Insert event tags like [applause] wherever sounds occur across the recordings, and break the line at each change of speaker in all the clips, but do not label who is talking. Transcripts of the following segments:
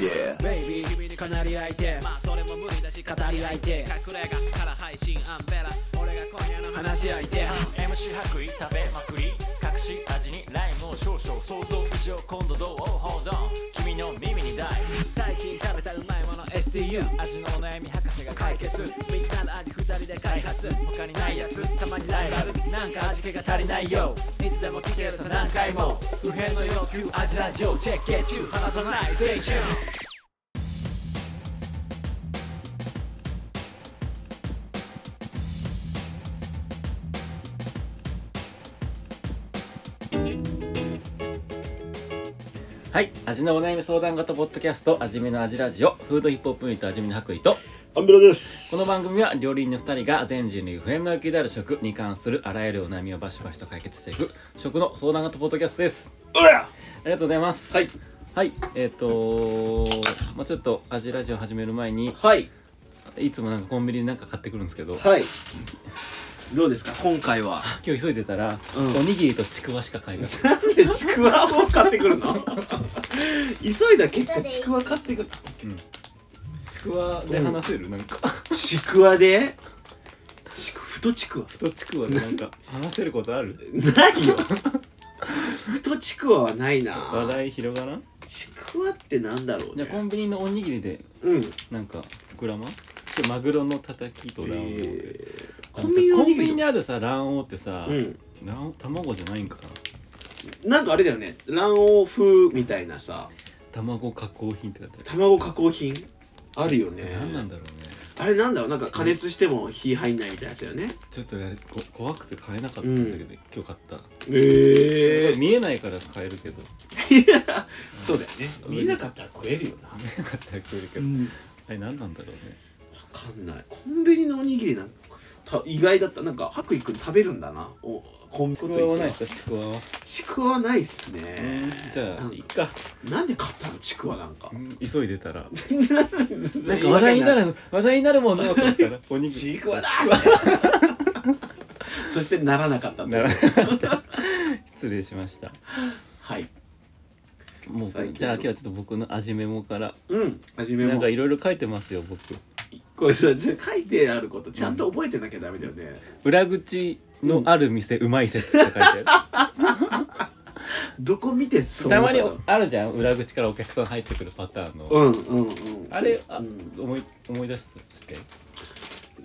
Yeah
ベイビー君にかなり相手
まあそれも無理だし語り合いて隠れ家から配信アンベラ俺が今夜の話し相手
MC 白衣食べまくり隠し味にライムを少々想像以上今度どう Oh, Hold on 君の耳に大
最近食べたうまいもの STU
味のお悩み博士が
解
解決
決みんなの味二人で開発他にないやつたまにライバルなんか味気が足りないよいつでも聞けると何回も不変の要求味ラジオチェックゲッチュー離さないステーション
はい味のお悩み相談型ポッドキャスト味見の味ラジオフードヒップホップミーと味見の白衣と
アンベラです
この番組は料理人の2人が全人類不変の欲求である食に関するあらゆるお悩みをバシバシと解決していく食の相談型ポッドキャストです
うら
ありがとうございます
はい
はいえっ、とまあちょっと味ラジオ始める前に
はい
いつもなんかコンビニでなんか買ってくるん [laughs] ですけど
はいどうですか今回は
今日急いでたら、
うん
おにぎりとちくわしか買えない
なんでちくわを買ってくるの急いだ結果ちくわ買ってくる
[laughs] ちくわで話せる、なんか
ちくわでちく太ちくわ
とちくわで [laughs] なんか話せることある
ないよ太ちくわはないな
話題広がらん
ちくわってなんだろう
じゃ
ね
あコンビニのおにぎりで
うん
なんか膨らまんでマグロのたたきと
え
卵黄って、
ーコ
あの
ンビニのお
さコン
に
ビ
ぎ
ニに
り
あるさ卵黄ってさ、
うん
卵卵じゃないんかな
なんかあれだよね卵黄風みたいなさ
卵加工品ってだったり
卵加工品あるよね
何なんだろうね
あれなんだろうなんか加熱しても火入んないみたいなやつだよね
ちょっとねこ怖くて買えなかったんだけど、今日買った、
え
見えないから買えるけど
そうだよね見えなかったら食えるよな
見えなかったら食えるけど、
うん
あれ何なんだろうね
わかんないコンビニのおにぎりなんた意外だったなんか白衣くん食べるんだなおコンビ
ち
ニ
くわはないですかちくわは、
ちくわはないっすね
じゃ
な
あ
ん
いっか
なんで買ったのちくわなん
[laughs]
か
うん急いでたら
な
な
ん
か話題になる [laughs] 話題になるものだと思 [laughs] ったらおにぎり
ちくわだそしてならなかったと
なら失礼しました
はい
もう
最近の
じゃあ今日はちょっと僕の味メモから
うん初め
なん
も
かいろいろ書いてますよ僕
これさじゃあ書いてあることちゃんと覚えてなきゃダメだよね、
裏口のある店、うまい説って書いて [laughs] ある
どこ見てそう
た
思
まに
の
あるじゃん裏口からお客さん入ってくるパターンの、
うんうんうん
あれあ、
うん
思い思い出して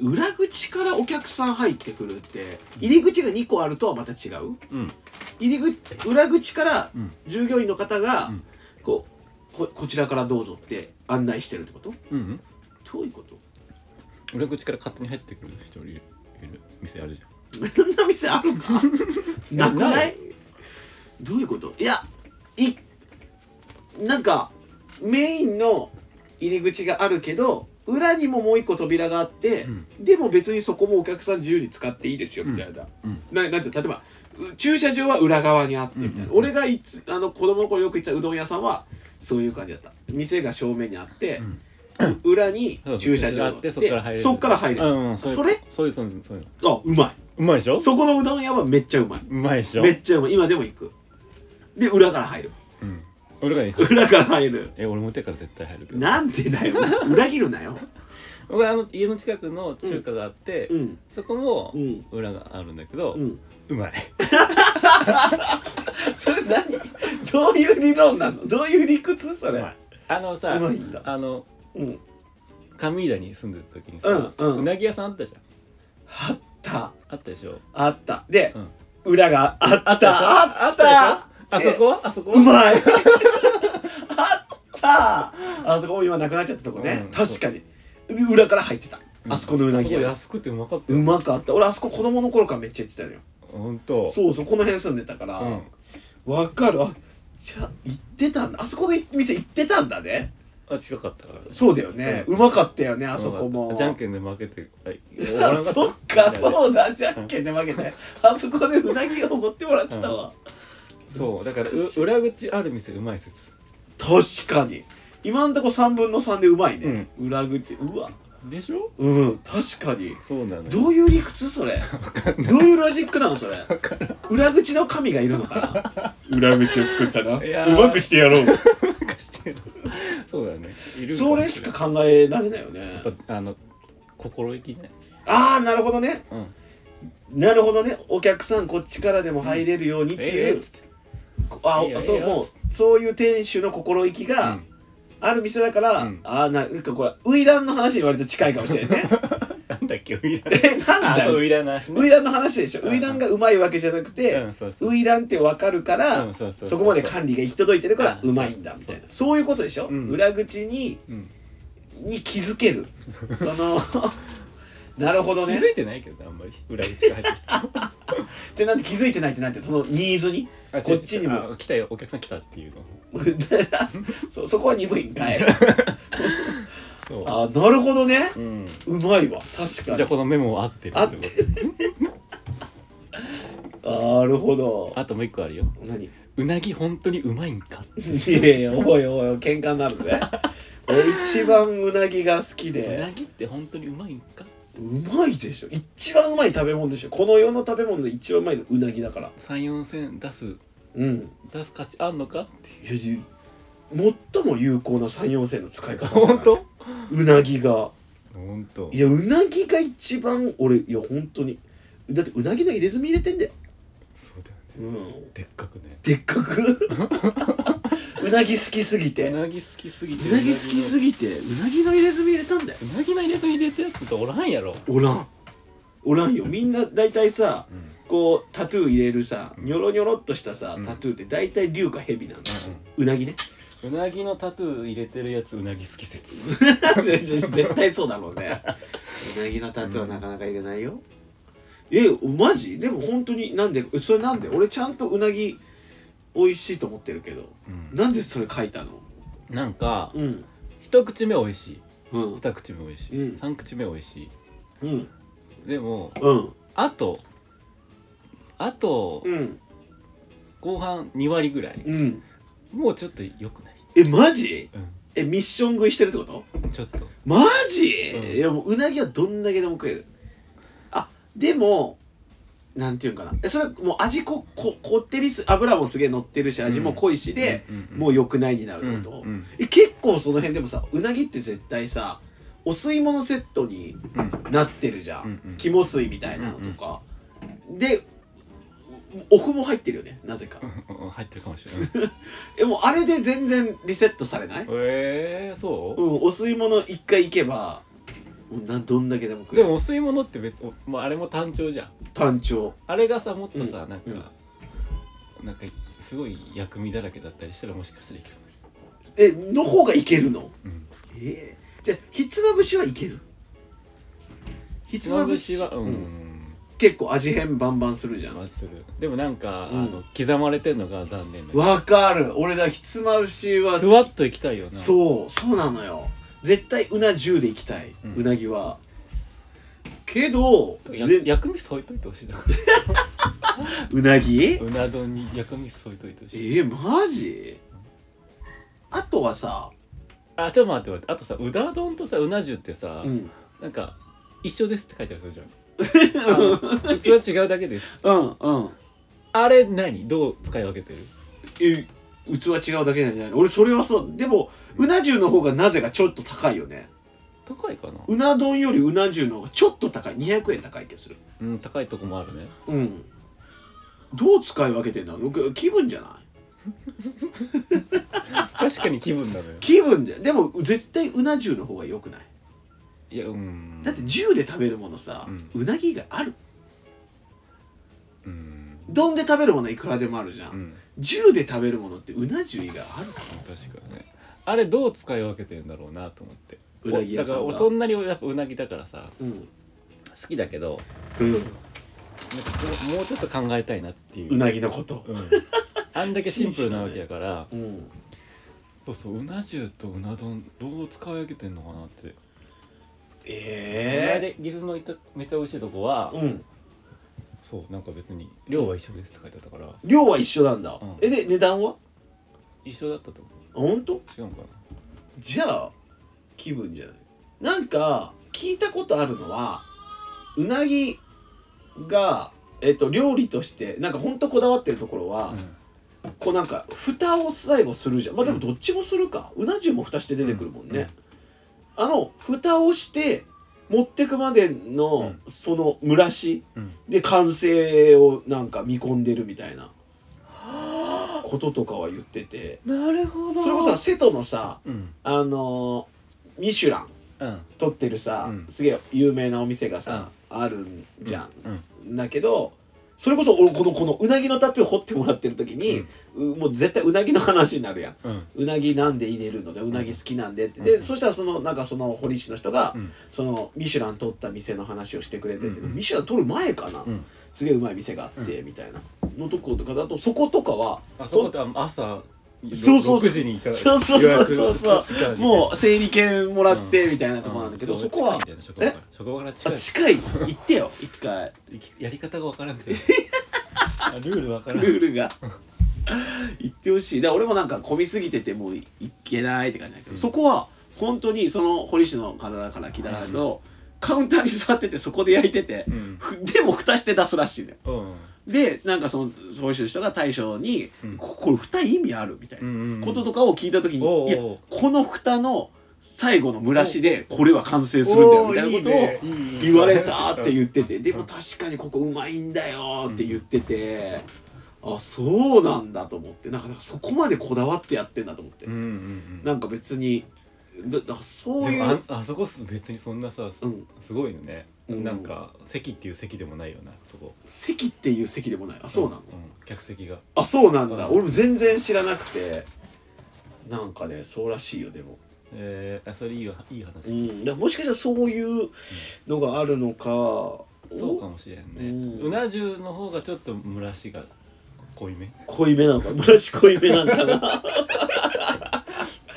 裏口からお客さん入ってくるって入り口が2個あるとはまた違う
うん
入り口裏口から
うん
従業員の方が、
うん
こうここちらからどうぞって案内してるってこと
うんうん
どういうこと
裏口から勝手に入ってくる人いるいる店あるじゃん
そんな店あるかなくな
[laughs] ないい
どういうこといやいなんかメインの入り口があるけど裏にももう一個扉があって、
うん
でも別にそこもお客さん自由に使っていいですよみたいな、
うんうん
ななんて例えばう駐車場は裏側にあってみたいな、
うんうんうん
俺がいつあの子供の頃よく行ったうどん屋さんはそういう感じだった店が正面にあって、裏に
そうそう
駐車場があ
駐車場あっ
ってて
そっから入れる
そっから入れる
うん、うん、ういう
それ
そういうそういうそういう
あうまいう
まいでしょ
そこのうどん屋はめっちゃうまいう
まいでしょ
めっちゃうまい今でも行くで裏から入る
うん俺がいい
[laughs] 裏から入る
え俺も手から絶対入るけど
なんでだよ裏切るなよ
僕あの家の近くの中華があって、
うん
そこも
うん
裏があるんだけど、
う
うんまい
それ何どういう理論なのどういう理屈そうれ
まいあのさ
うまいんだ
あの
うん
上田に住んでた時にさ、
うんうん
なぎ屋さんあったじゃん
あった
あったでしょ
あったで
うん
裏があった
あったでしょ
あ
あ
っ
ったたでしょあそこはあそこは
うまいあったあそこも今なくなっちゃったとこね
うん
確かに裏から入ってた
うん
あそこのうなぎ
あそこ
屋
安くてうまかった
う
よ
まかった俺あそこ子供の頃からめっちゃ行ってたのよ
ほんと
そうそうこの辺住んでたから
うん
わかるあじゃあ行ってたんだあそこの店行ってたんだね
あ近かったからね
そうだよね、う
うん
まかったよねあそこ
う
も
まかったじゃんけんで負けてあ終わ
あ
らな
そっか
う
そうだじゃんけんで負けてあそこでうなぎを持ってもらってたわ、
そうだからう
懐かしい
裏口ある店うまい説
確かに今んとこ3分の3でうまいね、裏口うわ
でしょ
うん確かに
そうなのよ
どういう理屈それどういうロジックなのそれ裏口の神がいるのかな裏口を作ったない
やー
してやろう
そうだねいる
それしか考えられないよね
やっぱあの心意気じゃない
ああなるほどね
うん
なるほどねお客さんこっちからでも入れるようにって
ええ
い
えっ
う
つって
あ
いいよ
そう
いいよ
もうそういう店主の心意気
う
が
ん
ある店だから、
うん
ああなんかこれウイランの話に割と近いかもしれ
[laughs]
ないね
なんだっけウイラン [laughs]
えなん
あ
だ
そうウ
よ
イランの話ね
ウイランの話でしょ
うん
ウイランがうまいわけじゃなくて、
うんそうそう
ウイランってわかるから、
うんそうそうそう
そこまで管理が行き届いてるから
うん
うまいんだみたいな
そう
そういうことでしょ、
うん
裏口に
うん
に気づけるそ
[laughs]
のなるほど
気
ね
づいてないけどねあんまり裏口が入ってきた
じゃあなんで気づいてないってなんてそのニーズに
あ違う
こっちにも
あ来たよお客さん来たっていうの
[laughs] そそこは鈍いんかい
そう
あなるほどね
うん
うまいわ確か
じ
に
ゃあこのメモは合ってるってこと
なるほど
あともう一個あるよ
何 [laughs] いう
なぎ本当にうまいんか
やいやおいおい喧嘩になるぜ俺一番うなぎが好き
うな
で
ぎって本当にうまいんか
うまいでしょ一番うまい食べ物でしょこの世の食べ物で一番うまいのうなぎだから
34千出す
うん
出す価値あんのかっていう
いやいや最も有効な3 4線の使い方じゃない
本当
うなぎが
本当
いやうなぎが一番俺いや本当にだってうなぎの入れ墨入れてんだよ、
そうだよね
うん、
でっかくね
でっか [laughs] くうなぎ好きすぎて
うなぎ好きすぎて
うなぎ好きすぎてうなぎの入れ墨入れたんだよ
うなぎの入れ墨入れたやつっておらんやろ
おらんおらんよみんな大体さ
うん
こうタトゥー入れるさ
うん
ニョロニョロっとしたさ
うん
タトゥーって大体竜か蛇なんだようなぎ [laughs] ね
うなぎのタトゥー入れてるやつうなぎ好き説
絶対そうだろうねうなぎのタトゥーはなかなか入れないよえマジでも本当になんでそれなんで俺ちゃんとうなぎ美味しいと思ってるけど
うん
なんでそれ書いたの
なんか
うん
一口目美味しい
うん
二口目美味し
うん
い三口目美味し
うん
いでも
うん
あとあと
うん
後半2割ぐらい
うん
もうちょっと良くない
えマジ
う
えミッション食いしてるってこと
んちょっと
マジ、
うん
いやもううなぎはどんだけでも食えるあでもなんていうんかなえそれもう味こここってりす油もすげえ乗ってるし味も濃いしで、
うん
もう良くないになるってこと、
うん
え結構その辺でもさうなぎって絶対さお吸い物セットに
うん
なってるじゃん、
うんうん
肝水みたいなのとか、でお麩も入ってるよねなぜか
うんうん入ってるかもしれない
えもうあれで全然リセットされない、うん、
えー、そう、
お吸い物一回行けばもうなどんだけでも食える
でもお吸い物って別おまああれも単調じゃん
単調
あれがさもっとさ、
うん
なんか、なんかすごい薬味だらけだったりしたらもしかしたらいける
えの方がいけるの
うん
ええじゃあひつまぶしはいけるひ
ひつ
つ
ま
ま
ぶ
ぶ
し
し
はうん、
うん結構味変バンバンするじゃん
まあするでもなんか、
うん
あの刻まれてんのが残念だけど
わかる俺だひつまぶしは
ふわ
好
っといきたいよな
きそうそうなのよ絶対うな10でいきたい、
う
うんなぎはけど
や
ぜ
薬味添えといてほしいな
うなぎ
うな丼に薬味添えといてほ
え
しい
ー、マジあとはさ、
あちょっと待って待ってあとさうな丼とさうな重ってさ、
うん、
なんか一緒ですって書いてあるじゃん
[laughs]
あの普通は違うだけです
うんうん
あれ何どう使い分けてる
え器違うだけなんじゃないの俺それはそうでもうな重の方がなぜかちょっと高いよね
高いかな
うな丼よりうな重の方がちょっと高い200円高い気がする
うん高いとこもあるね
うんどう使い分けてんだろう僕気分じゃない
確かに気分なのよ
気分ででも絶対うな重の方が良くない
いやうん
だって重で食べるものさ、
う
うなぎがある
うん
丼で食べるものいくらでもあるじゃ、
うんん
重で食べるものってうな重以外ある
確かにねあれどう使い分けてんだろうなと思って
うなぎ屋さんが
おだから俺そんなにやっぱうなぎだからさ
うん、
好きだけど
うん、
なんかもうもうちょっと考えたいなっていう
うなぎのこと
うんあんだけシンプルなわけやから
うん
そうそううな重とうな丼どう使い分けてんのかなって前
え
で岐阜のいためっちゃ美味しいとこは
えうん
そうなんか別に量は一緒ですって書いてあったから
量は一緒なんだ、
うん
えで値段は
一緒だったと思
あ本当
う違うのかな
じゃあ気分じゃないなんか聞いたことあるのはうなぎが、えっと料理としてなんかほんとこだわってるところは、こうなんか蓋を最後するじゃんまあでもどっちもするか、うな重も蓋して出てくるもんね、あの蓋をして持ってくまでのその蒸らし
うん
で完成をなんか見込んでるみたいなこととかは言ってて
なるほ
それこそ瀬戸のさ
うん
あのーミシュラン
うん
取ってるさ、
うん
すげえ有名なお店がさ、あるんじゃん、
うん
だけどそれこそ俺このこのうなぎのタトゥー彫ってもらってる時に、うもう絶対うなぎの話になるやん
うん
うなぎなんで入れるのでうなぎ好きなんでって、で
うん
そしたらそのなんかその堀市の人が、
うん
そのミシュラン取った店の話をしてくれてて、
うん
ミシュラン取る前かな、
うん
すげえうまい店があって、みたいなのとことかだとそことかは
あそこって朝
そうそうそう
6時に行か
そうそうそうそうそう
予約
もう整理券もらってみたいなとこなんだけど、
う
そこは
近いんだよね職場から職場から
あ
近い
近い行ってよ一回
やり方が分からなくてあルール分から
ル
ん
ールが [laughs] 行ってほしいだから俺もなんか混みすぎててもういけないって感じだけど、
うん
そこは本当にその堀市の体から来たらの、カウンターに座っててそこで焼いてて、
うん
ふでも蓋して出すらしいのよ
うん
でなんかそのそういう人が大将に、
うん
ここれ蓋意味あるみたいな
うんうんうん
こととかを聞いた時に、
おうおう
いやこの蓋の最後の蒸らしでこれは完成するんだよみたいなことを
おーいいねいいね
言われたって言っててでも確かにここうまいんだよって言ってて、あそうなんだと思ってなんかなんかそこまでこだわってやってんだと思って、
うんうんうん
なんか別にだだからそう
で
いう
もああそこす別にそんなさす
うん
すごいよね、
うん
なんか席っていう席でもないよなそこ
席っていう席でもないあそうなの、
ん客席が
あそうなんだ、
うん
俺も全然知らなくてなんかねそうらしいよでも、
えー、あそれいいわいい話、
うん、だからもしかしたらそういうのがあるのか
そうかもしれんね、
うん
うな重の方がちょっと蒸らしが濃いめ
濃いめなのか村し濃いめなんか
[laughs]
な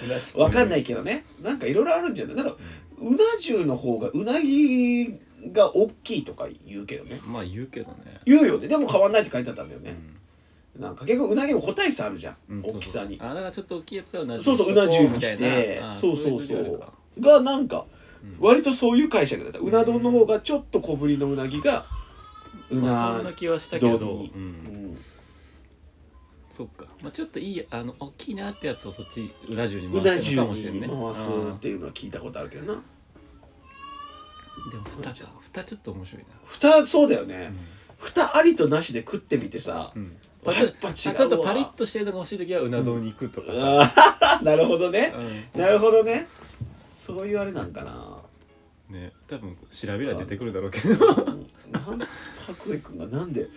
蒸らし濃め
わかんないけどねなんかいろいろあるんじゃないなんかうな重の方がうなぎが大きいとか言うけどね
まあ言うけどね
言うよねでも変わんないって書いてあったんだよ
う
ね、
ん
なんか結構うなぎも個体差あるじゃん、
うん
大きさに
そうそうあだからちょっと大きいやつはうな重
そうそううな重にし
みたい
て
なあ
そうそうそ
いの
う
があるか
がなんか
うん
割とそういう解釈だったうな丼の方がちょっと小ぶりのうなぎがう
まあ、
な
そんな気はしたけど、
丼に
う、
うんん
そっか、まあ、ちょっといいあの大きいなってやつをそっちうな重に
うな
回して
重
るのかもしれん
に
ね
回す
うん
っていうのは聞いたことあるけどな
でも蓋か蓋ちょっと面白いな
蓋そうだよね、蓋ありとなしで食ってみてさ、
うん
やっぱ違うわ
あちょっとパリッとしてるのが欲しい時はうな丼に行くとかさ、
あー [laughs] なるほどね、
う
なるほどねそういうあれなんか
[laughs]
な
ん、ね多分調べりゃ出てくるだろうけど
うんなん白衣くんがなんで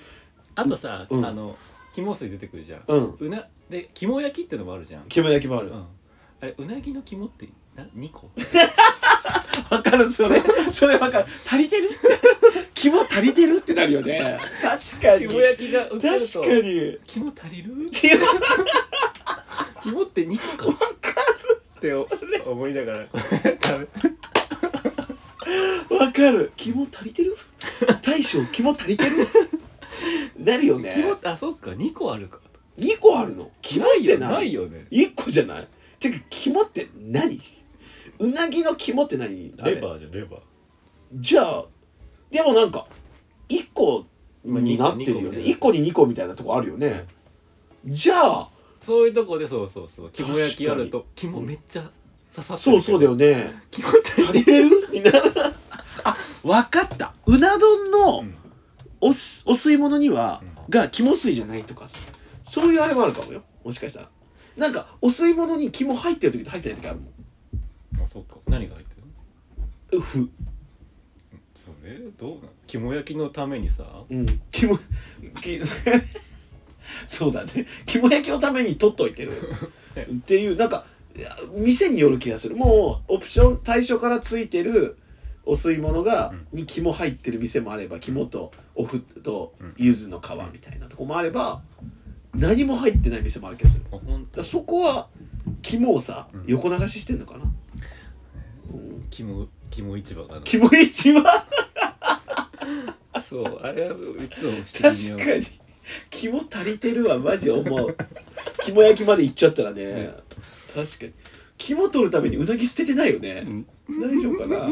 あとさ、
うん
あの肝水出てくるじゃん、
うん
うなで肝焼きってのもあるじゃん、
煙焼きもある、
う
わ
ん、あれうなぎの肝ってな2個
かるそれ [laughs] それわかる足りてる [laughs] って肝足りてるってなるよね確かに
肝焼きが受けると
確かに
肝足りる
肝
肝って2個か分かるってお思いながらこうやって食べ
わかる肝足りてる大将肝足りてるなるよね
肝ってあそっか2個あるか
2個あるの肝っ
ない
て
よ
な
ないいよね
一個じゃないてか肝って何うなぎの肝って何あれ
レバーじゃんレバー
じゃあでもなんか1個
まあ
になってるよね
二個みたいな
1個に2個みたいなとこあるよねじゃあ
そういうとこでそうそうそう肝焼きある
確
と肝めっちゃ刺さって
そうそうだ
よ
よね
肝って
足りてるみんなあ分かったうな丼の
ん
おすお吸い物には
うん
が肝水じゃないとかさそういうあれもあるかもよもしかしたらなんかお吸い物に肝入ってる時と入ってない時あるもん
あそっか何が入ってるの
うふ
それどうなの肝焼きのためにさ
うん肝き [laughs] そうだね肝焼きのために取っといてるっていうなんかいや店による気がするもうオプション対象からついてるお吸い物が、に肝入ってる店もあれば肝とお麩と
うん
柚子の皮みたいなとこもあれば何も入ってない店もある気がするだか
あほん
らそこは肝をさ、
うん
横流ししてんのかな、うん
肝肝市場がある
肝一は
のそうあれはいつも不思議
確
に
か
思う
に肝足りてるわマジ思う肝焼きまで行っちゃったらね
ね
確かに肝取るためにうなぎ捨ててないよね、
うん
大丈夫か
[laughs]
な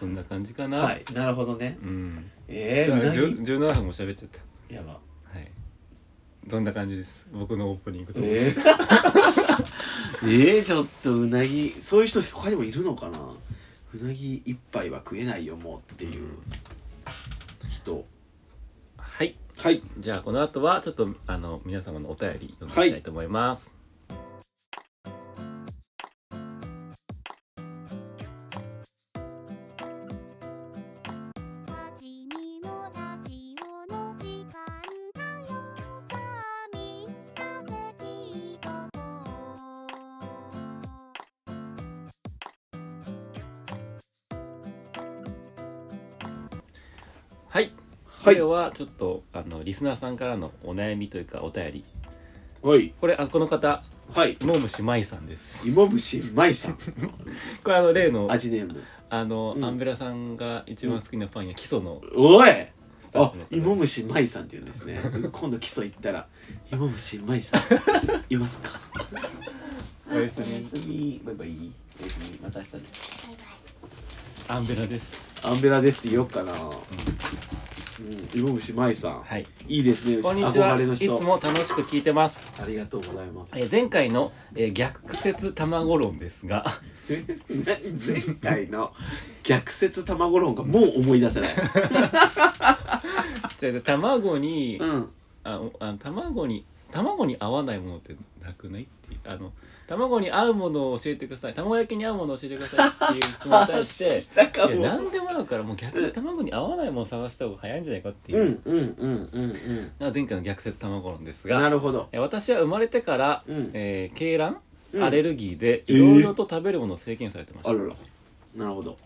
そんな感じかな
はいなるほどね
うん
え
だ
ー、
か
う
ら
なぎ
17分も喋っちゃっ
やば
たはいそんな感じです僕のオープニングと、
え
[laughs]
えええちょっとうなぎそういう人他にもいるのかなうなぎ一杯は食えないよもうっていう人
はい
はい
じゃあこの後はちょっとあの皆様のお便り読んでいきたいと思います、
立ち見も立ちをの時間だよさあみんなで聞いとこう
はい
は
今
い
日はちょっとあのリスナーさんからのお悩みというかお便り
はい
これあこの方
はい
芋虫舞さんです
芋虫舞さ
[laughs]
ん
これあの例の
味ネーム
あの、
うん
アンベラさんが一番好きなパンや基礎の
おい
スタッ
あ
フの方
芋虫舞さんって言うんです
[laughs]
ね今度基礎行ったら芋虫舞さんいますか
おやす
おや
み
すみバイバイおやすみまた明日ね
バイバイ
アンベラです
アンベラですって言おうかな、うん、芋虫舞さん
はい
いいですね
こんにちは
憧れの
いつ
人
も楽しく聞いてます
ありがとうございます
えー前回の、えー逆説卵論で
[laughs]
すが
前回の逆説卵論がもう思い出せない。
じゃあ卵に、
うん。
あおあの卵に卵に合わないものってなくないっていうあの卵に合うものを教えてください卵焼きに合うものを教えてくださいっていう質問に対
[laughs]
して
たか
いや
も。
何でも合うからもう逆に卵に合わないものを探した方が早いんじゃないかっていう
ん
う、
うんうんうん
が前回の逆説卵論です
うん。な
が
るほど。
えー私は生まれてから、
うん
えー鶏卵、
うん
アレルギーで
えー
いろいろと食べるものを制限されてました、
あらら。なるほど。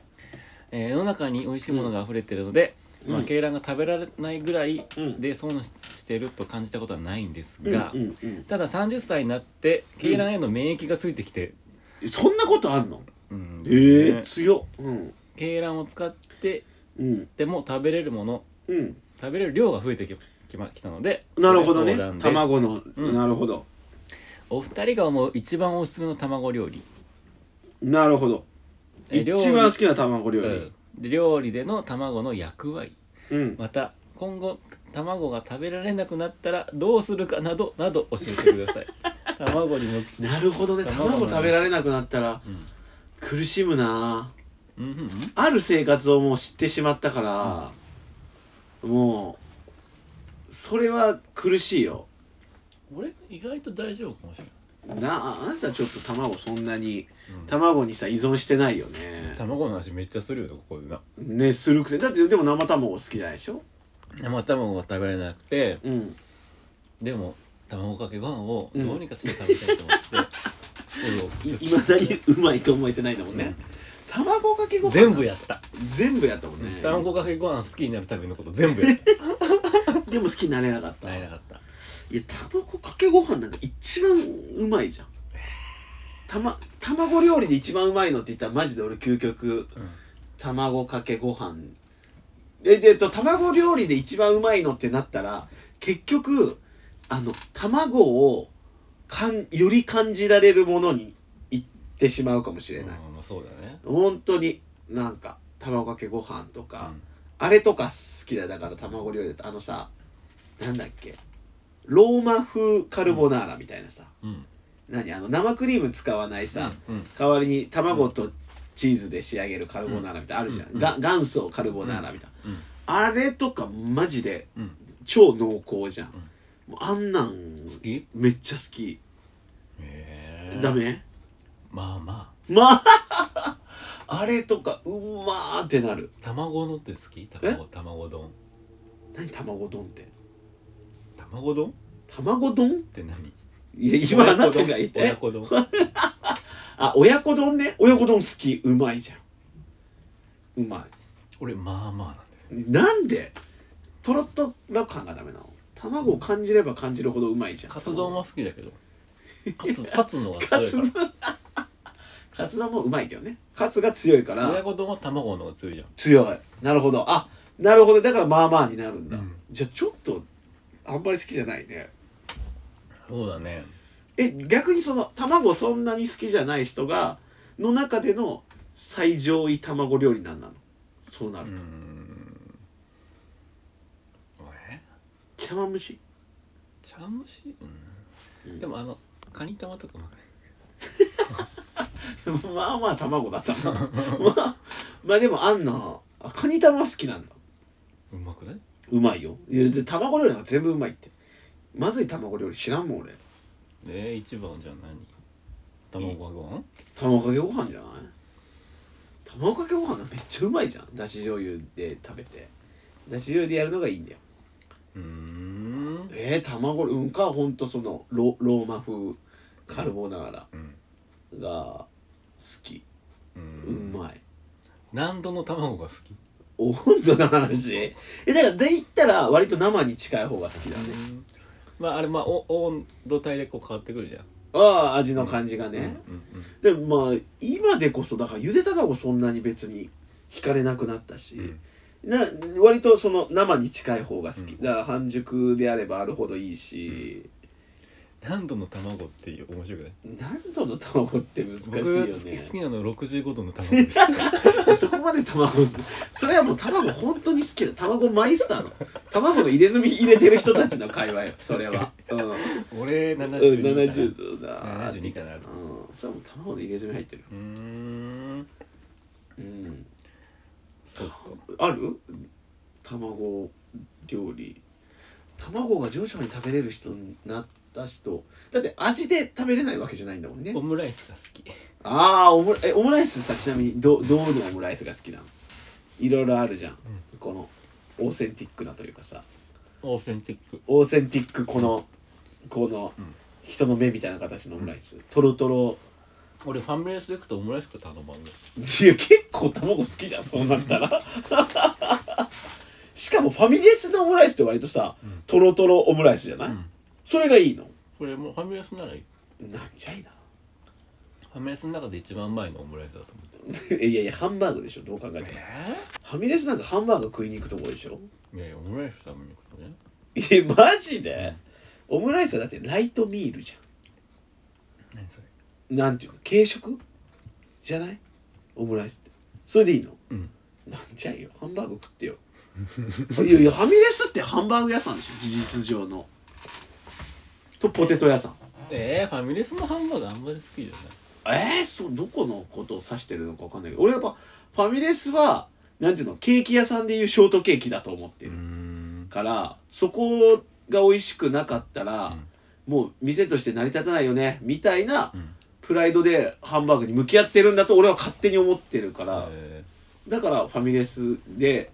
えー世の中に美味しいものが溢れてるので、
うん
まあ、鶏卵が食べられないぐらい
うん
で損ししてると感じたことはないんです
うんう
が、
んうん
ただ30歳になって鶏卵への免疫がついてきて、
え。そんなことあんの？
うん
ええ
ね
強っ。うん
鶏卵を使って
うん
でも食べれるもの
うん。
食べれる量が増えてききまきたので
なるほどね
これ相談。です
卵の
うん
なるほど。
お二人が思う一番おすすめの卵料理
なるほど。
え
一番好きな卵料理。
うんで料理での卵の役割
うん。
また今後卵が食べられなくなったらどうするかなどなど教えてく [laughs] ださい卵にも
なるほどね。
卵の
卵食べられなくなったら
うん
苦しむな。
うんうんうん
ある生活をもう知ってしまったから、もうそれは苦しいよ
俺意外と大丈夫かもしれない
なああんたちょっと卵そんなに、
うん
卵にさ依存してないよね
卵の話めっちゃするよねここでな
ねするくせだってでも生卵好きじゃないでしょ
生卵が食べられなくて
うん
でも卵かけご飯をどうにかして食べたいと思 [laughs] って、
いまだにうまいと思えてないんだもんね、
うん
卵かけご飯
全部やった、
全部やったもんね
卵かけご飯好きになるためのこと全部やっ [laughs]
でも好きになれなかった
たなれなかった
いや卵かけご飯なんか一番うまいじゃんたま卵料理で一番うまいのって言ったらマジで俺究極、
ん
卵かけご飯えでえっと卵料理で一番うまいのってなったら結局あの卵をかんより感じられるものに行ってしまうかもしれない、
うんまあそうだね
本当になんか卵かけご飯とか、あれとか好きだよだから卵料理だとあのさなんだっけローマ風カルボナーラみたいなさ、
うん
何あの生クリーム使わないさ、
うんうん
代わりに卵とチーズで仕上げるカルボナーラみたいなあるじゃん、
うん
が元祖カルボナーラみたいな、
うん
あれとかマジで
うん
超濃厚じゃん、もうあんなん
好き
めっちゃ好き、
へえ
ダメ
まあま
まあ [laughs] あれとかうまーってなる
あ卵のって好き卵卵丼
何卵丼って
卵丼っ
卵丼
て何
いや今あな
親
た
子丼
が言って
親子丼あ
あ親子丼ね親子丼好きうまいじゃんうま
俺まあまあなんだよ
いなんでとろっとら感がダメなの卵を感じれば感じるほどうまいじゃん
カツ丼は好きだけどカツカツのが
カツ
[laughs] 強いか
カツ丼もうまいけどねカツが強いから
親
ら
子丼は卵のが強いじゃん
強いなるほどあなるほどだからまあまあになるんだ、
うん
じゃあちょっとあんまり好きじゃないね
そうだね
え逆にその卵そんなに好きじゃない人がの中での最上位卵料理なんなのそうなると、
うーんえ
茶碗蒸し [laughs]
茶碗蒸し、うん
うん
でもあのカニ玉とかも
まあまあ卵だったな [laughs] まあまあでもあんなあカニ玉好きなんだ
うまくないう
まいよいやで卵料理なんか全部うまいってまずい卵料理知らんもん俺
えー、一番じゃあ何卵ご飯
卵かけご飯じゃない卵かけご飯がめっちゃうまいじゃんだし醤油で食べてだし醤油でやるのがいいんだよ
うーん
えー、卵料理うんかほんとそのロローマ風カルボナーラ
うん
が好き
う
うんまい
何度の卵が好き
温度の話えだからで言ったら割と生に近い方が好きだね
まああれまあお温度帯でこう変わってくるじゃん
ああ味の感じがね、
うんうん
でもまあ今でこそだからゆで卵そんなに別に惹かれなくなったし、な割とその生に近い方が好き、
うん
だから半熟であればあるほどいいし、
何度の卵っていう面白くない
何度の卵って難しいよ
僕好き好き
ね
なの65度の卵です [laughs]
[laughs] そこまで卵すそれはもう卵本当に好きだ卵マイスターの卵の入れ墨入れてる人たちの会話よそれは、うん、うん
俺72だな
70度だ
72かなう
うんそれはもう卵の入れ墨入ってる
ーん
うん
そっか
ある卵料理卵が徐々に食べれる人になった人だって味で食べれないわけじゃないんだもんね
オムライスが好き
ああオムラえオムライスさちなみにどどうのオムライスが好きなのいろいろあるじゃん、このオーセンティックなというかさ
オーセンティック
オーセンティックこのこの
ん
人の目みたいな形のオムライス、トロトロ
俺ファミレスで行くとオムライスと頼まんね
いや結構卵好きじゃんそうなったら [laughs] しかもファミレスのオムライスって割とさ、トロトロオムライスじゃない、
うん
それがいいの
これもうファミレスならいい
なんじゃいな [laughs]
ファミレスの中で一番うまいのオムライスだと思って
いやいやハンバーグでしょどう考えても
え
ファミレスなんかハンバーグ食いに行くとこでしょ
いやいやオムライス食べに行くと
え
ね
マジでオムライスはだってライトミールじ
何それ
ゃんなんていうの軽食じゃないオムライスってそれでいいの
うん
なんじゃいよハンバーグ食ってよ [laughs] いやいやファミレスってハンバーグ屋さんでしょ事実上のとポテト屋さん
えー、ファミレスのハンバーグあんまり好きじゃない
えー、そうどこのことを指してるのかわかんないけど俺やっぱファミレスはなんていうのケーキ屋さんでいうショートケーキだと思ってる、
ん
からそこが美味しくなかったら、もう店として成り立たないよねみたいな
うん
プライドでハンバーグに向き合ってるんだと俺は勝手に思ってるから、
え
だからファミレスで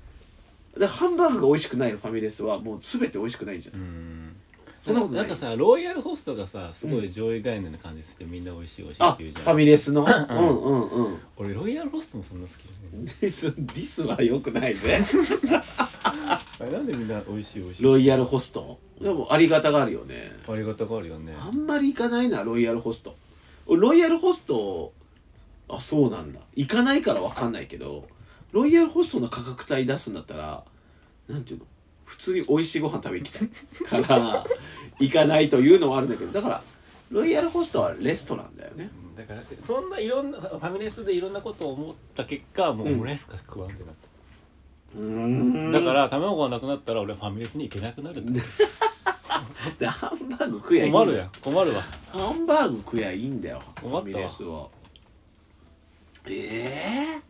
でハンバーグが美味しくないファミレスはもう全て美味しくないんじゃ
ー、
な
う
い、
ん
そんなことない
んかさロイヤルホストがさすごい上位概念な感じして、みんな美味しい美味しいっ
あ
て
フ
言うじゃ
ァ
ん
ミレスのうんうんうん [laughs]
俺ロイヤルホストもそんな好きじゃない
ディスディスは良くないぜ
あれなんでみんな美味しい美味しい
ロイヤルホストでもありがたがあるよね
ありがたがあるよね
あんまり行かないなロイヤルホストロイヤルホストあそうなんだ行かないから分かんないけどロイヤルホストの価格帯出すんだったらなんていうの普通に美味しいご飯食べに行きたいから行かないというのはあるんだけどだからロイヤルホストはレストランだよね
だからそんないろんなファミレスでいろんなことを思った結果もうオムライスが食わんってなった、
うん
だから卵がなくなったら俺ファミレスに行けなくなるって
でハンバーグ食えばいい
困
ん
る
だよ
やん困るわ
ハンバーグ食えばいいんだよフ
困ったわ
ァミレスはええ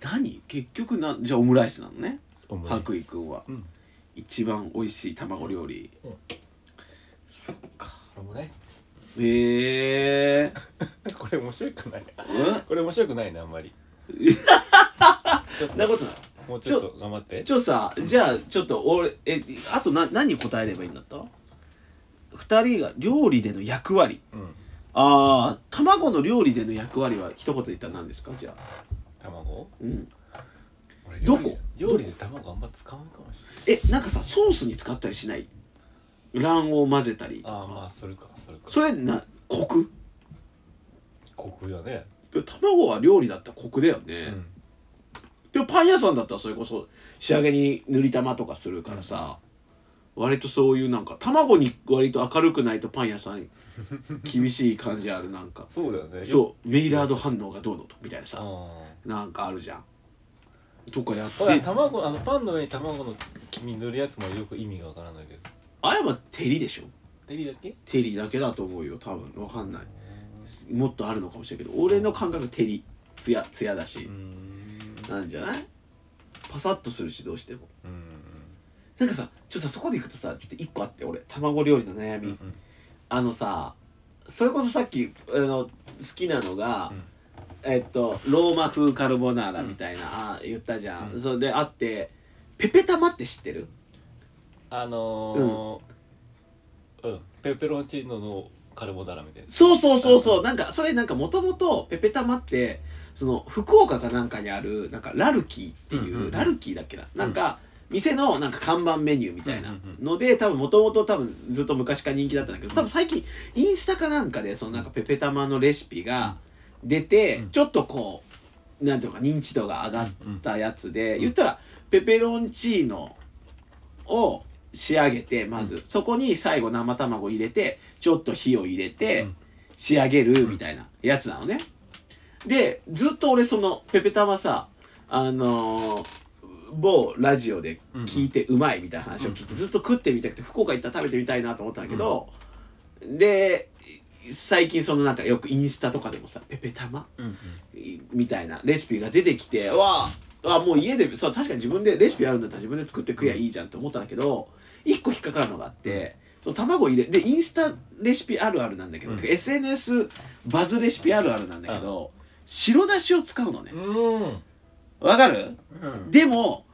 何結局なじゃあオムライスなのね
オムライス
白衣くんは、
うん
一番美味しい卵料理
オムライス
ええ
です [laughs] これ面白くない
ー、
これ面白くないなあんまり [laughs] ちょっ
うんなことない
ともうちょっと頑張って
ちょさじゃあちょっと俺えあとな何答えればいいんだった二人が料理での役割
うん
あー卵の料理での役割は一言言ったら何ですかじゃあ
卵
うん
俺
どこ
料理料理で卵あんま使わんかもしれない
えなんかさソースに使ったりしない卵黄混ぜたりと
ああま
か
あそれかそれか
それなコク
コクだね
卵は料理だったらコクだよ
う
ね、
ん
でもパン屋さんだったらそれこそ仕上げに塗り玉とかするからさ、割とそういうなんか卵に割と明るくないとパン屋さん厳しい感じあるなん
[laughs]
か
そうだよね
そうメイラード反応がどうのとみたいなさ
ああ
なんかあるじゃんとかやって
ほら卵あのパンの上に卵の黄身塗るやつもよく意味がわからないけど
あやま照りでしょ
照りだけ
照りだけだと思うよ多分わかんないもっとあるのかもしれないけど俺の感覚照りツヤツヤだし
うーん
なんじゃないパサッとするしどうしても
うーん
なんかさちょっとさそこでいくとさちょっと一個あって俺卵料理の悩み、
うん
あのさそれこそさっきあの好きなのが、えっとローマ風カルボナーラみたいな、あ言ったじゃん、
うん
それであってペペ玉って知ってる
あのーうんペペロンチーノのカルボナーラみたいな
そうそうそうそううなんかそれなんかもともとペペ玉ってその福岡かなんかにあるなんかラルキーっていう、
うんうんうん
ラルキーだっけななんか、店のなんか看板メニューみたいな
うんうん
ので多分もともと多分ずっと昔から人気だったんだけど多分最近インスタかなんかでそのなんかペペ玉のレシピが出て、
うん
ちょっとこうなんていうのか認知度が上がったやつで、言ったらペペロンチーノを仕上げてまず、そこに最後生卵入れてちょっと火を入れて
うん
仕上げるみたいなやつなのね。でずっと俺そのペペタマさあのー某ラジオで聞いてうまいみたいな話を聞いてずっと食ってみたくて福岡行ったら食べてみたいなと思ったんだけど、で最近そのなんかよくインスタとかでもさペペタマ
うんうん
みたいなレシピが出てきてわああもう家でそう確かに自分でレシピあるんだったら自分で作って食えばいいじゃんって思ったんだけど一個引っかかるのがあってその卵入れでインスタレシピあるあるなんだけど、
うん
てか SNS バズレシピあるあるなんだけど、白だしを使うのね
うん
わかるでも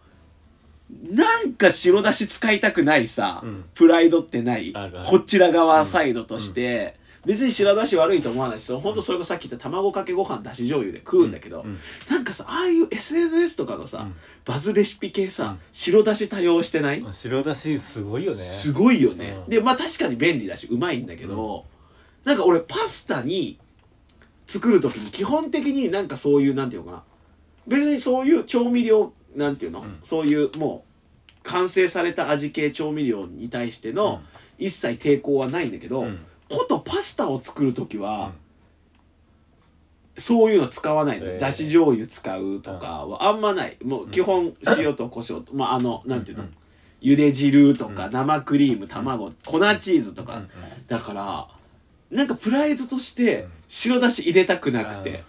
なんか白だし使いたくないさ、
うん
プライドってない
あるある
こちら側サイドとして、別に白だし悪いと思わないしそのほんとそれこそさっき言った卵かけご飯だし醤油で食うんだけど、
うん
なんかさああいう SNS とかのさ、
うん
バズレシピ系さ、
うん
白だし多用してない、
うん白だしすごいよね
すごいよね、
うん
でまあ確かに便利だしうまいんだけど、なんか俺パスタに作る時に基本的になんかそういうなんていうのかな別にそういう調味料なんていうの、そういうもう完成された味系調味料に対しての一切抵抗はないんだけど、
うん
ことパスタを作る時は、
うん
そういうの使わないの、
えー
だし醤油使うとかはあんまないもう基本塩と胡椒と、まああのなんていうの、
うん
ゆで汁とか生クリーム卵、粉チーズと
う
か、
んうん
だからなんかプライドとして白だし入れたくなくて、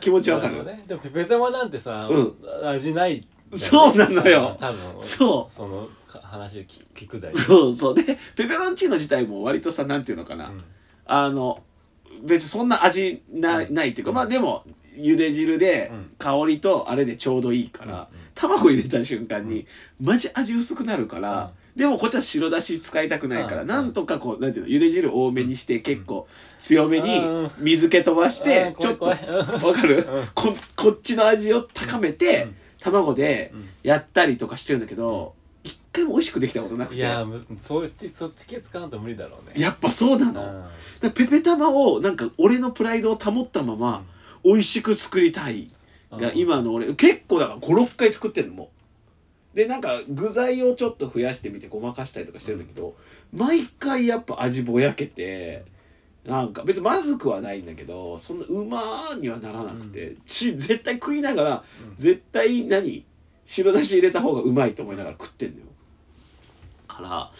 気持ちわか
な
る
ほどねでもペペ玉なんてさ、
うん
味ないんだよね
そうなのよ
多分
そう
そのか話を聞聞くだけ
そうそうでペペロンチーノ自体も割とさなんていうのかな、
うん
あの別にそんな味な,、い、ないっていうかまあでもゆで汁で
うん
香りとあれでちょうどいいから、
うんうん
卵入れた瞬間に、マジ味薄くなるから、でもこっちは白だし使いたくないから、
うん
なんとかこうなんていうのゆで汁多めにして結構強めに
うん
水気飛ばし
う
て
ん
ちょっと
怖
わ
い怖いうん
かる
うん
ここっちの味を高めて
うん
卵で
うん
やったりとかしてるんだけど一回も美味しくできたことなく
い
て
や
や
むそっちそっち系使わんと無理だろうね
っぱそうな
う
の。
ん
でペペ玉をなんか俺のプライドを保ったまま美味しく作りたいが
うん
今の俺結構だから56回作ってるのもうでなんか具材をちょっと増やしてみてごまかしたりとかしてるんだけど、毎回やっぱ味ぼやけてなんか別にまずくはないんだけどそんなうまーにはならなくて、ち絶対食いながら、絶対何白だし入れた方がうまいと思いながら食ってんのよから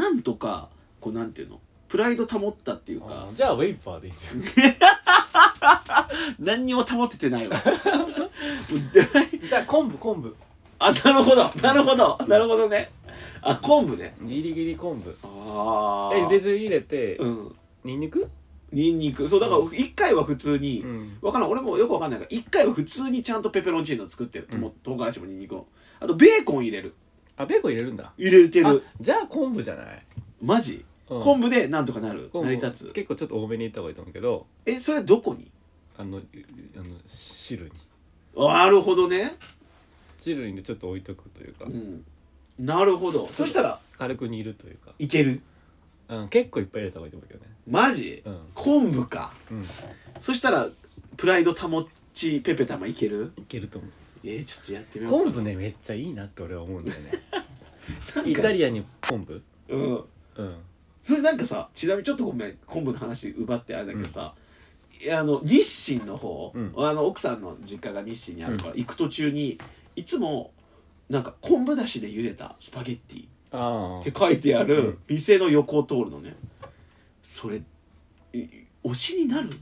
なんとかこうなんていうのプライド保ったっていうか
うんじゃあウェイパーでいいじゃん
何にも保てて
[laughs]
ないわ [laughs]
じゃあ昆布昆布
あなるほどなるほどなるほどねあ昆布ね
ギリギリ昆布
あ
えで
で
汁入れて
うん
ニンニク
ニンニクそうだから一回は普通に、
うん
わからん俺もよくわかんないから一回は普通にちゃんとペペロンチーノ作ってる、もう唐辛子もニンニクをあとベーコン入れる
あベーコン入れるんだ
入れて
あ
る
じゃあ昆布じゃない
マジ、
うん
昆布でなんとかなる
昆
成
布
り立つ
結構ちょっと多めにいった方がいいと思うけど
えそれどこに
あのあの汁に
なるほどね、
汁にねちょっと置いとくというか
うん、なるほどそしたら
軽く煮るというか
いける
うん結構いっぱい入れた方がいいと思うけどね
マジ、
うん
昆布か
うん
そしたらプライド保ちペペ玉いける
いけると思う
えー、ちょっとやってみようか
昆布ねめっちゃいいなって俺は思うん
[laughs]
だよねイタリアに昆布
うん
うん
それなんかさちなみにちょっとごめん昆布の話奪ってあれだけどさ、いやあの日清の方、
うん
あの奥さんの実家が日清にあるから、行く途中にいつもなんか昆布だしで茹でたスパゲッティ
ああ
って書いてあ
う
る
ん
店の横を通るのねそれい推しになるっ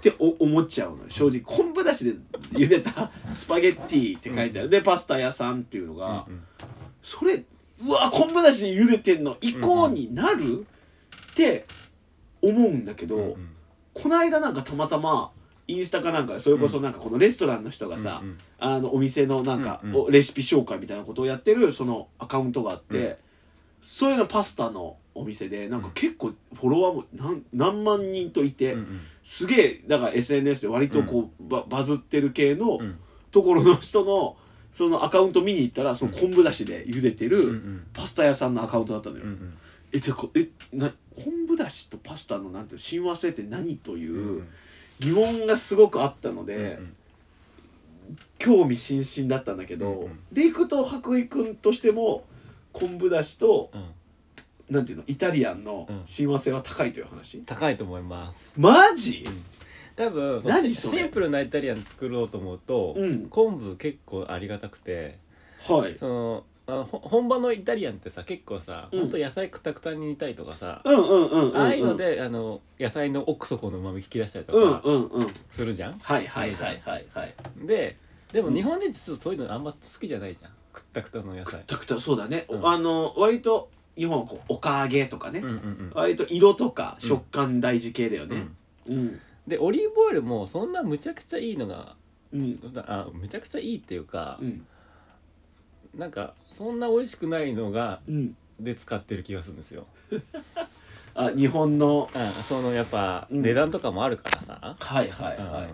てお思っちゃうのよ正直昆布だしで茹でたスパゲッティって書いてあるでパスタ屋さんっていうのが
うん
それうわ昆布だしで茹でてんの以降になるって思うんだけ
うん
どこの間なんかたまたまインスタかなんかでそれこそなんかこのレストランの人がさ、
うんうん
あのお店のなんか、
うんうん
おレシピ紹介みたいなことをやってるそのアカウントがあって、
うん
そういうのパスタのお店でなんか結構フォロワーも何何万人といて、
うんうん
すげえだから SNS で割とこう、ババズってる系の
うん
ところの人のそのアカウント見に行ったらその昆布だしで茹でて
うんう
る
ん
パスタ屋さんのアカウントだったのよ。
うん
えてかえな昆布だしとパスタのなんていうの親和性って何と
う
い
ん
う疑問がすごくあったので。
うん
興味津々だったんだけど、
うんうん
で行くと白衣くんとしても昆布だしと
うん
なんていうのイタリアンの
うん
親和性は高いという話、
高いと思います
マジ
多分そ
何
の
それ
シンプルなイタリアン作ろうと思うと
うん
昆布結構ありがたくて
はい
そのあのほ本場のイタリアンってさ結構さ
うん
ほんと野菜くたくたに煮たりとかさ
うんうんうんうんうん
ああいうのであの野菜の奥底のうまみ引き出したりと
うん
か
うんうん
するじゃん
はいはいはいはいはい
ででも日本人ってちょっとそういうのあんま好きじゃないじゃんくったくたの野
くっ
菜
たくたそうだね、
うん
あの割と日本はこうおかげとかね、
うんうんうん
割と色とか
うん
食感大事系だよ
う
ね
ん
うん
でオリーブオイルもそんなむちゃくちゃいいのが
うん
あむちゃくちゃいいっていうか
う、ん
なんかそんな美味しくないのが
うん
で使ってる気がするんですよ、
あ日本の
うん、そのやっぱ
うん
値段とかもあるからさ、
はいはい
うん
は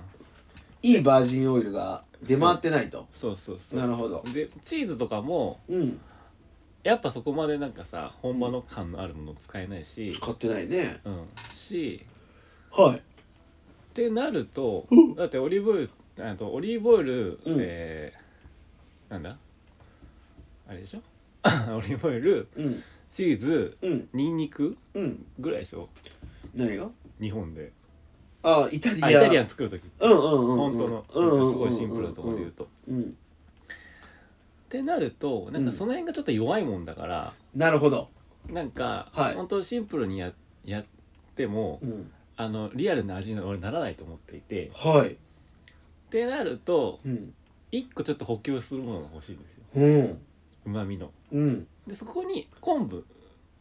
い、いいバージンオイルが出回ってないと
そうそうそ
な
う
るほど
でチーズとかも
うん
やっぱそこまでなんかさ本場の感のあるもの使えないし、
使ってないね
うん、し
はい
ってなるとだってオリーブオイルあとオリーブオイル、
うん
えーなんだあれでしょ [laughs] オリーブオイル
うん
チーズ
うん
ニンニク
うん
ぐらいでしょ
何が
日本で
あイタリア
あイタリアン作る時
うんうんうん
本当のなんかすごいシンプルなところで言うと。っ
うん
てなるとなんかその辺がちょっと弱いもんだから、
なるほど
なんか、
はい
本当シンプルにややっても
うん
あのリアルな味には俺ならないと思っていてっ
はい
てなると
うん
一個ちょっと補給するものが欲しいんですよ
うん
うまみの。
うん
でそこに昆布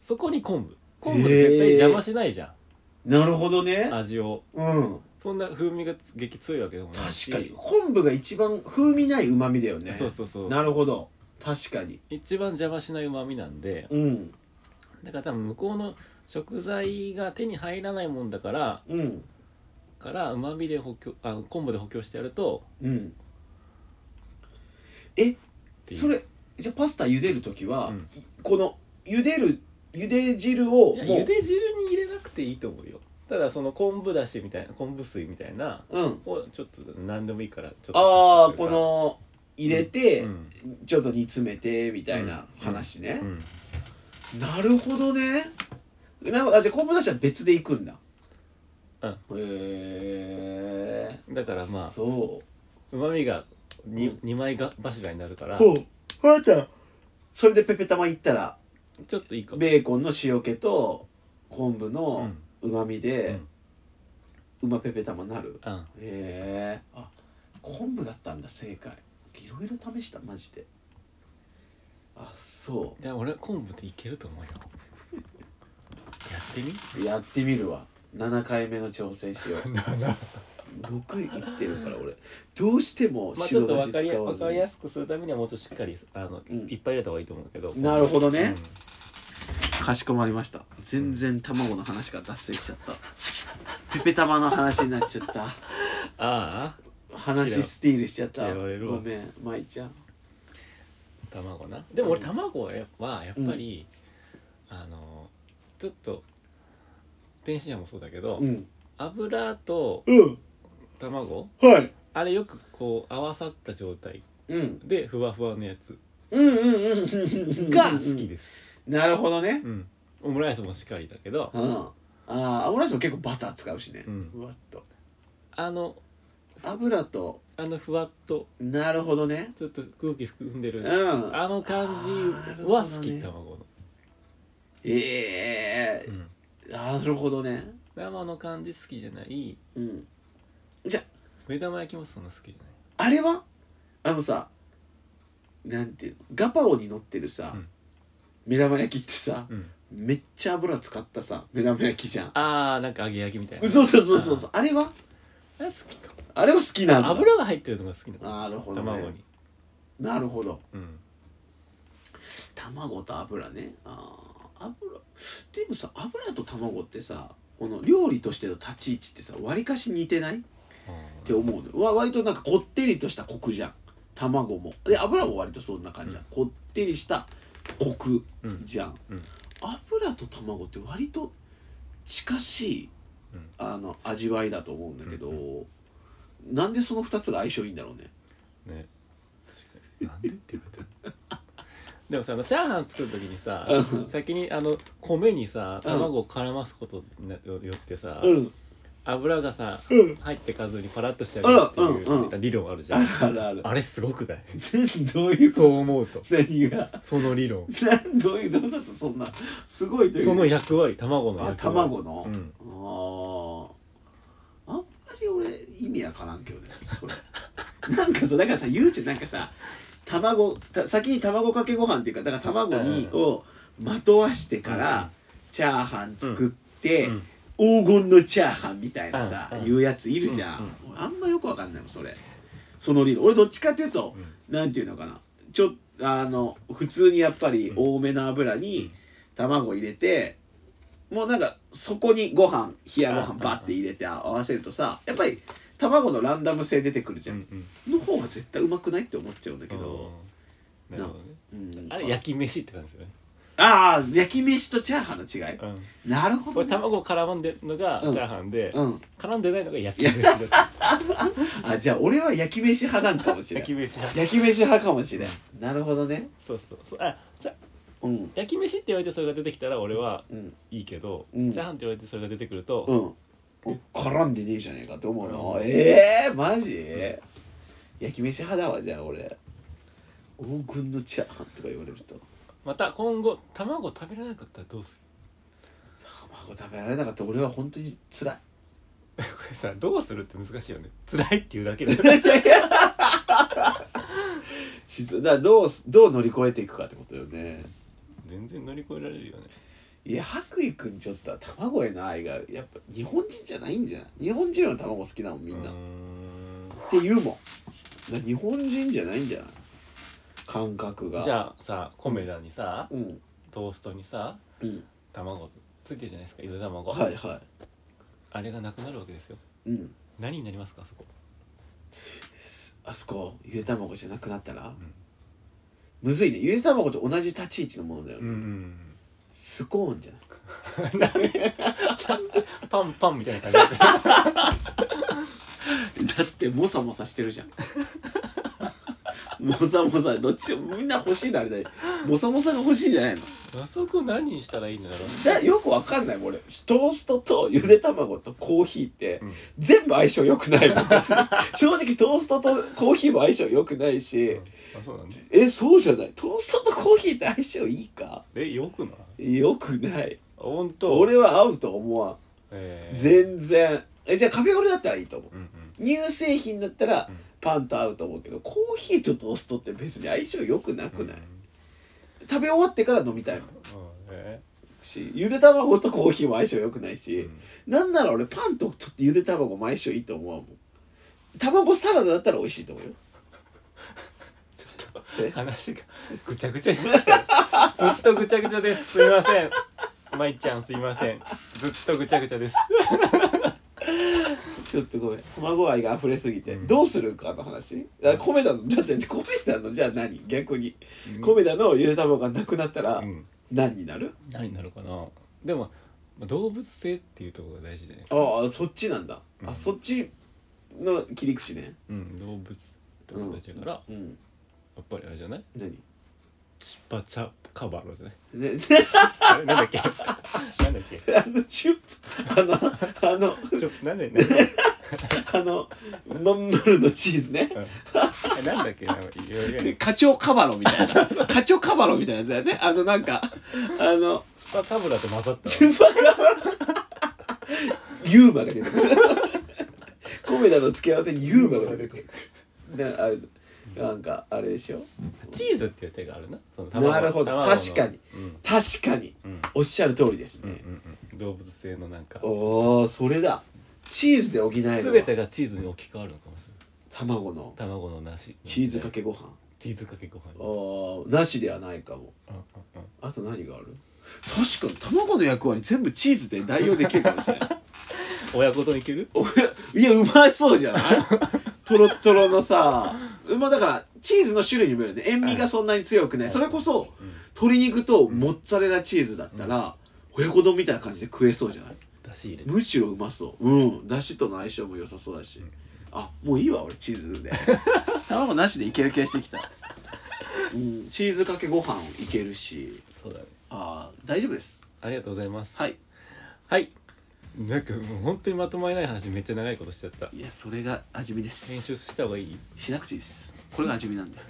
そこに昆布昆布って絶対邪魔しないじゃん、
なるほどね
味を
うん
そんな風味が激強いわけでもないし
確かに昆布が一番風味ない旨味だよね
そうそうそう
なるほど確かに
一番邪魔しないうまみなんで
うん
だから多分向こうの食材が手に入らないもんだから
うん
からうまみで補強あ昆布で補強してやると
うんえ
いう
それじゃあパスタ茹でる時は
うん
いこの茹でる茹で汁を
いや
も
茹
う
で汁に入れなくていいと思うよただその昆布だしみたいな昆布水みたいな
うん
をちょっと何でもいいからちょっと
ああこの入れて、
うん
ちょっと煮詰めてみたいな話ね
う、ん
なるほどねなあじゃあ昆布だしは別でいくんだ
うん
へえ
だからまあ
そう
まみが
う
2,
ん
二枚が柱になるから
ほうほらちゃんそれでペペ玉いったら
ちょっといいかも、
ベーコンの塩気と昆布
う
の
ん
うまみで
うん、
うまペペ玉なる
うん、
へえあ昆布だったんだ正解いろいろ試したマジであそう
で俺は昆布でいけると思うよやってみ
やってみるわ7回目の挑戦しよう6いってるから俺どうしても
まあち
白
ょっと
だ
わ
し
かり
使
や
わ
わ
ず
かり
に
やすくするためにはもっとしっかりあの、
うん
いっぱい入れた方がいいと思うけど
なるほど
ど
ね、かしこまりました全然卵の話から脱線しちゃったペペ玉の話になっちゃった
ああ
話スティールしちゃった
嫌われるわ
ごめん舞ちゃん
卵なでも俺卵はやっぱやっぱり、あのちょっと天津飯もそうだけど、
うん
油と
うん
卵
はい
あれよくこう合わさった状態
うん
でふわふわのやつ
うんうんうんうん
が好きです、
なるほどね
うんオムライスもしっかりだけど
うんああオムライスも結構バター使うしね、
うん
ふわっと
あの
油と
あのふわっと
なるほどね
ちょっと空気含んで
う
る
ん
あの感じは好き、
なるほどね
卵の
ええ
うん
なるほどね
生の感じ好きじゃない
うんじゃ
目玉焼きもそんな好きじゃない
あれはあのさなんていうのガパオに乗ってるさ、
うん
目玉焼きってさ、
うん
めっちゃ油使ったさ目玉焼きじゃん
あーなんか揚げ焼きみたいな
そうそうそうそうそうあれは
あ好きか
あれは好きなんだ
油が入ってるのが好きなの
なるほど、ね、
卵に
なるほど
うん
卵と油ねあー油でもさ油と卵ってさこの料理としての立ち位置ってさわりかし似てないっ
あ
て思うのわ割となんかこってりとしたコクじゃん卵もで油も割とそんな感じじゃん、こってりしたコク
ーうん
じゃん、
うん
油と卵って割と近しい、
うん
あの味わいだと思うんだけど、なんでその2つが相性いいんだろうね
ね確かになんでって言われた [laughs] でもさあのチャーハン作る時にさ
う
先にあの米にさ
うん
卵を絡ますことになよってさ、
うん [laughs]
油がさ、
うん
入ってかずにパラッとしてあげるってい
う
う、
んうんうん
理論あるじゃ
あ
ん
るあるある
あれすごくない [laughs]
どういうこと
そう思うと
何が
その
[laughs]
理論
なんどういうどうだとそんなすごいという
その役割卵の役
あ
割
卵の、
うん
あーあんまり俺意味わからんけどねそれ [laughs] なんかさだからさゆうちゃんなんかさ卵た先に卵かけご飯っていうかだから卵に、
うん
をまとわしてから、
うん
チャーハン作って、
うん
黄金のチャーハンみたいなさ、
うんうん
いうやついるじゃん、俺あんまよくわかんないもんそれその理論俺どっちかっていうと、なんていうのかなちょあの普通にやっぱり多めの油に卵入れて、もうなんかそこにご飯冷やご飯バッて入れてあ合わせるとさやっぱり卵のランダム性出てくるじ
う
ゃん、
んうん
の方が絶対うまくないって思っちゃうんだけど、
うんなるほどね
うん
あれ焼き飯って感じですよね、
あー焼き飯とチャーハンの違い、
うん、
なるほ
こ
ど
れ
ね、
卵絡んでるのがチ
うん
ャーハンで、
うん、
絡んでないのが焼き飯だった
あじゃあ俺は焼き飯派なんかもしれ
焼
な
き
い
[laughs] 飯派
焼き飯派かもしれんなるほどね
そうそうそうあじゃ
うん
焼き飯って言われてそれが出てきたら俺は
うん
いいけど、
うん
チャーハンって言われてそれが出てくると、
うんお絡んでねえじゃねえかって思うの、
うん
ええー、マジ、焼き飯派だわじゃあ俺黄金のチャーハンとか言われると
また今後卵食べられなかったらどうす
卵
る
食べられなかったら俺は本当につらい
これさどうするって難しいよね辛いっていうだ
[laughs]
けで
しずだからどうすどう乗り越えていくかってことよね
全然乗り越えられるよね
いや白衣くんちょっとは卵への愛がやっぱ日本人じゃないんじゃない日本人は卵好きなもんみんな、
うー
って
ん
言うもんだから日本人じゃないんじゃない感覚が
じゃあさ米田にさ
うん
トーストにさ
うん
卵ついてるじゃないですかゆで卵、
はいは
あれがなくなるわけですよ
いうん
何になりますかあそこ
あそこゆで卵じゃなくなったら、
ん
むずいねゆで卵と同じ立ち位置のものだよね、
ん
スコーンじゃない
パンパンみたいな感じで [laughs]
[laughs] だってモサモサして [laughs] るじゃんモサモサどっちもみんな欲しいのあれだよモサモサが欲しいんじゃないの
あそこ何にしたらいいんだろう
だよくわかんないもん俺トーストとゆで卵とコーヒーって、
うん
全部相性良くない [laughs] もん別に正直トーストとコーヒーも相性良くないし、
あそうなんだ
えそうじゃないトーストとコーヒーって相性いいか
えよくない
良くない
本当
俺は合うと思わん
えー
全然えじゃあカフェオレだったらいいと思う
うんうん
乳製品だったら
うん
パンと合うと思うけど、コーヒーとトーストって別に相性良くなくない、
うん
食べ終わってから飲みたいもん
うんえ
しゆで卵とコーヒーも相性良くない
ー
し、なんなら俺パンととゆで卵も相性いいと思うもん卵サラダだったら美味しいと思うよ
うん話がぐちゃぐちゃになってきたずっとぐちゃぐちゃですすみませんまいちゃんすいませんずっとぐちゃぐちゃです
ちょっとごめん卵愛が溢れすぎて、
うん
どうするかの話だから米田のだって米田のじゃあ何逆に、
うん
米田のゆで卵がなくなったら
うん
何になる、
何になるかなでもまあ動物性っていうところが大事じゃない
ああそっちなんだ、
う
あ
ん
そっちの切り口ね
うん動物とかだから、や
うん
っぱりあれじゃない
何 [laughs]
チュッパチャカバロじゃない
ね、
あれなんだっけなんだっけち
あのチュップあのあの
ょなんだっけなんだっ
あのまん丸のチーズね
けなんだっけなんかいろいろ
で課長カバロみたいなさ課長カバロみたいなやつだよねあのなんかあの
パカブラと混ざった
チュパカブラユーマが出てくるコメダの付け合わせにユーマが出てくるなあなんかあれでしょ
チーズっていう手があるなその
なるほど
卵の
確かに
うん
確かに
うん
おっしゃる通りです
うん
ね、
うん、動物性のなんか
おおそれだチーズで補えるの
全てがチーズに置き換わるのかもしれない
卵の
卵のなし
チーズかけご飯
チーズかけご飯うん
ああなしではないかも
うんうん
あと何がある確かに卵の役割全部チーズで代用できるかもしれない
親子丼いける [laughs]
いやうまそうじゃないトロットロのさまあだからチーズの種類にもよるね塩味がそんなに強くない、それこそ、鶏肉とモッツァレラチーズだったら、親子丼みたいな感じで食えそうじゃない
出汁入れて
むしろうまそううんだしとの相性も良さそうだし、あもういいわ俺チーズで [laughs] 卵なしでいける気がしてきた、うん、チーズかけご飯いけるし
そうだね
あー大丈夫です
ありがとうございます
はい
はいなんかもう本当にまとまりない話めっちゃ長いことしちゃった
いやそれが味見で
編
す
集した方がいい
しなくていいですこれが味見なんで [laughs]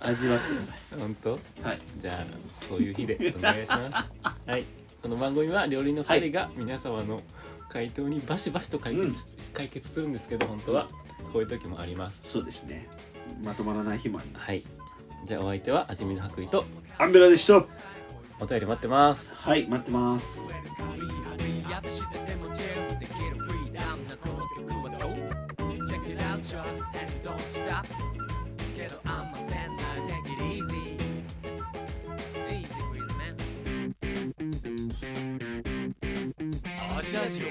味わってくださ
本当
いはい
じゃあそういう
[laughs]
日でお願いします。はい。この番組は料理の2人が皆様の回答にバシバシと解決,、解決するんですけど本当はこういう時もあります。
そうですねまとまらない日もあります
はい。じゃあお相手は味見の白衣と
アンベラでした
お便り待ってます。
はい待ってます
アップしてでもジェルできるフリーダムなこの曲はどう Check it out, y'all, and you don't stop けどあんませんな Take it easy Easy, please, man アジラジオ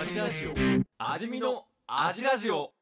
アジラジオ味見のアジラジオ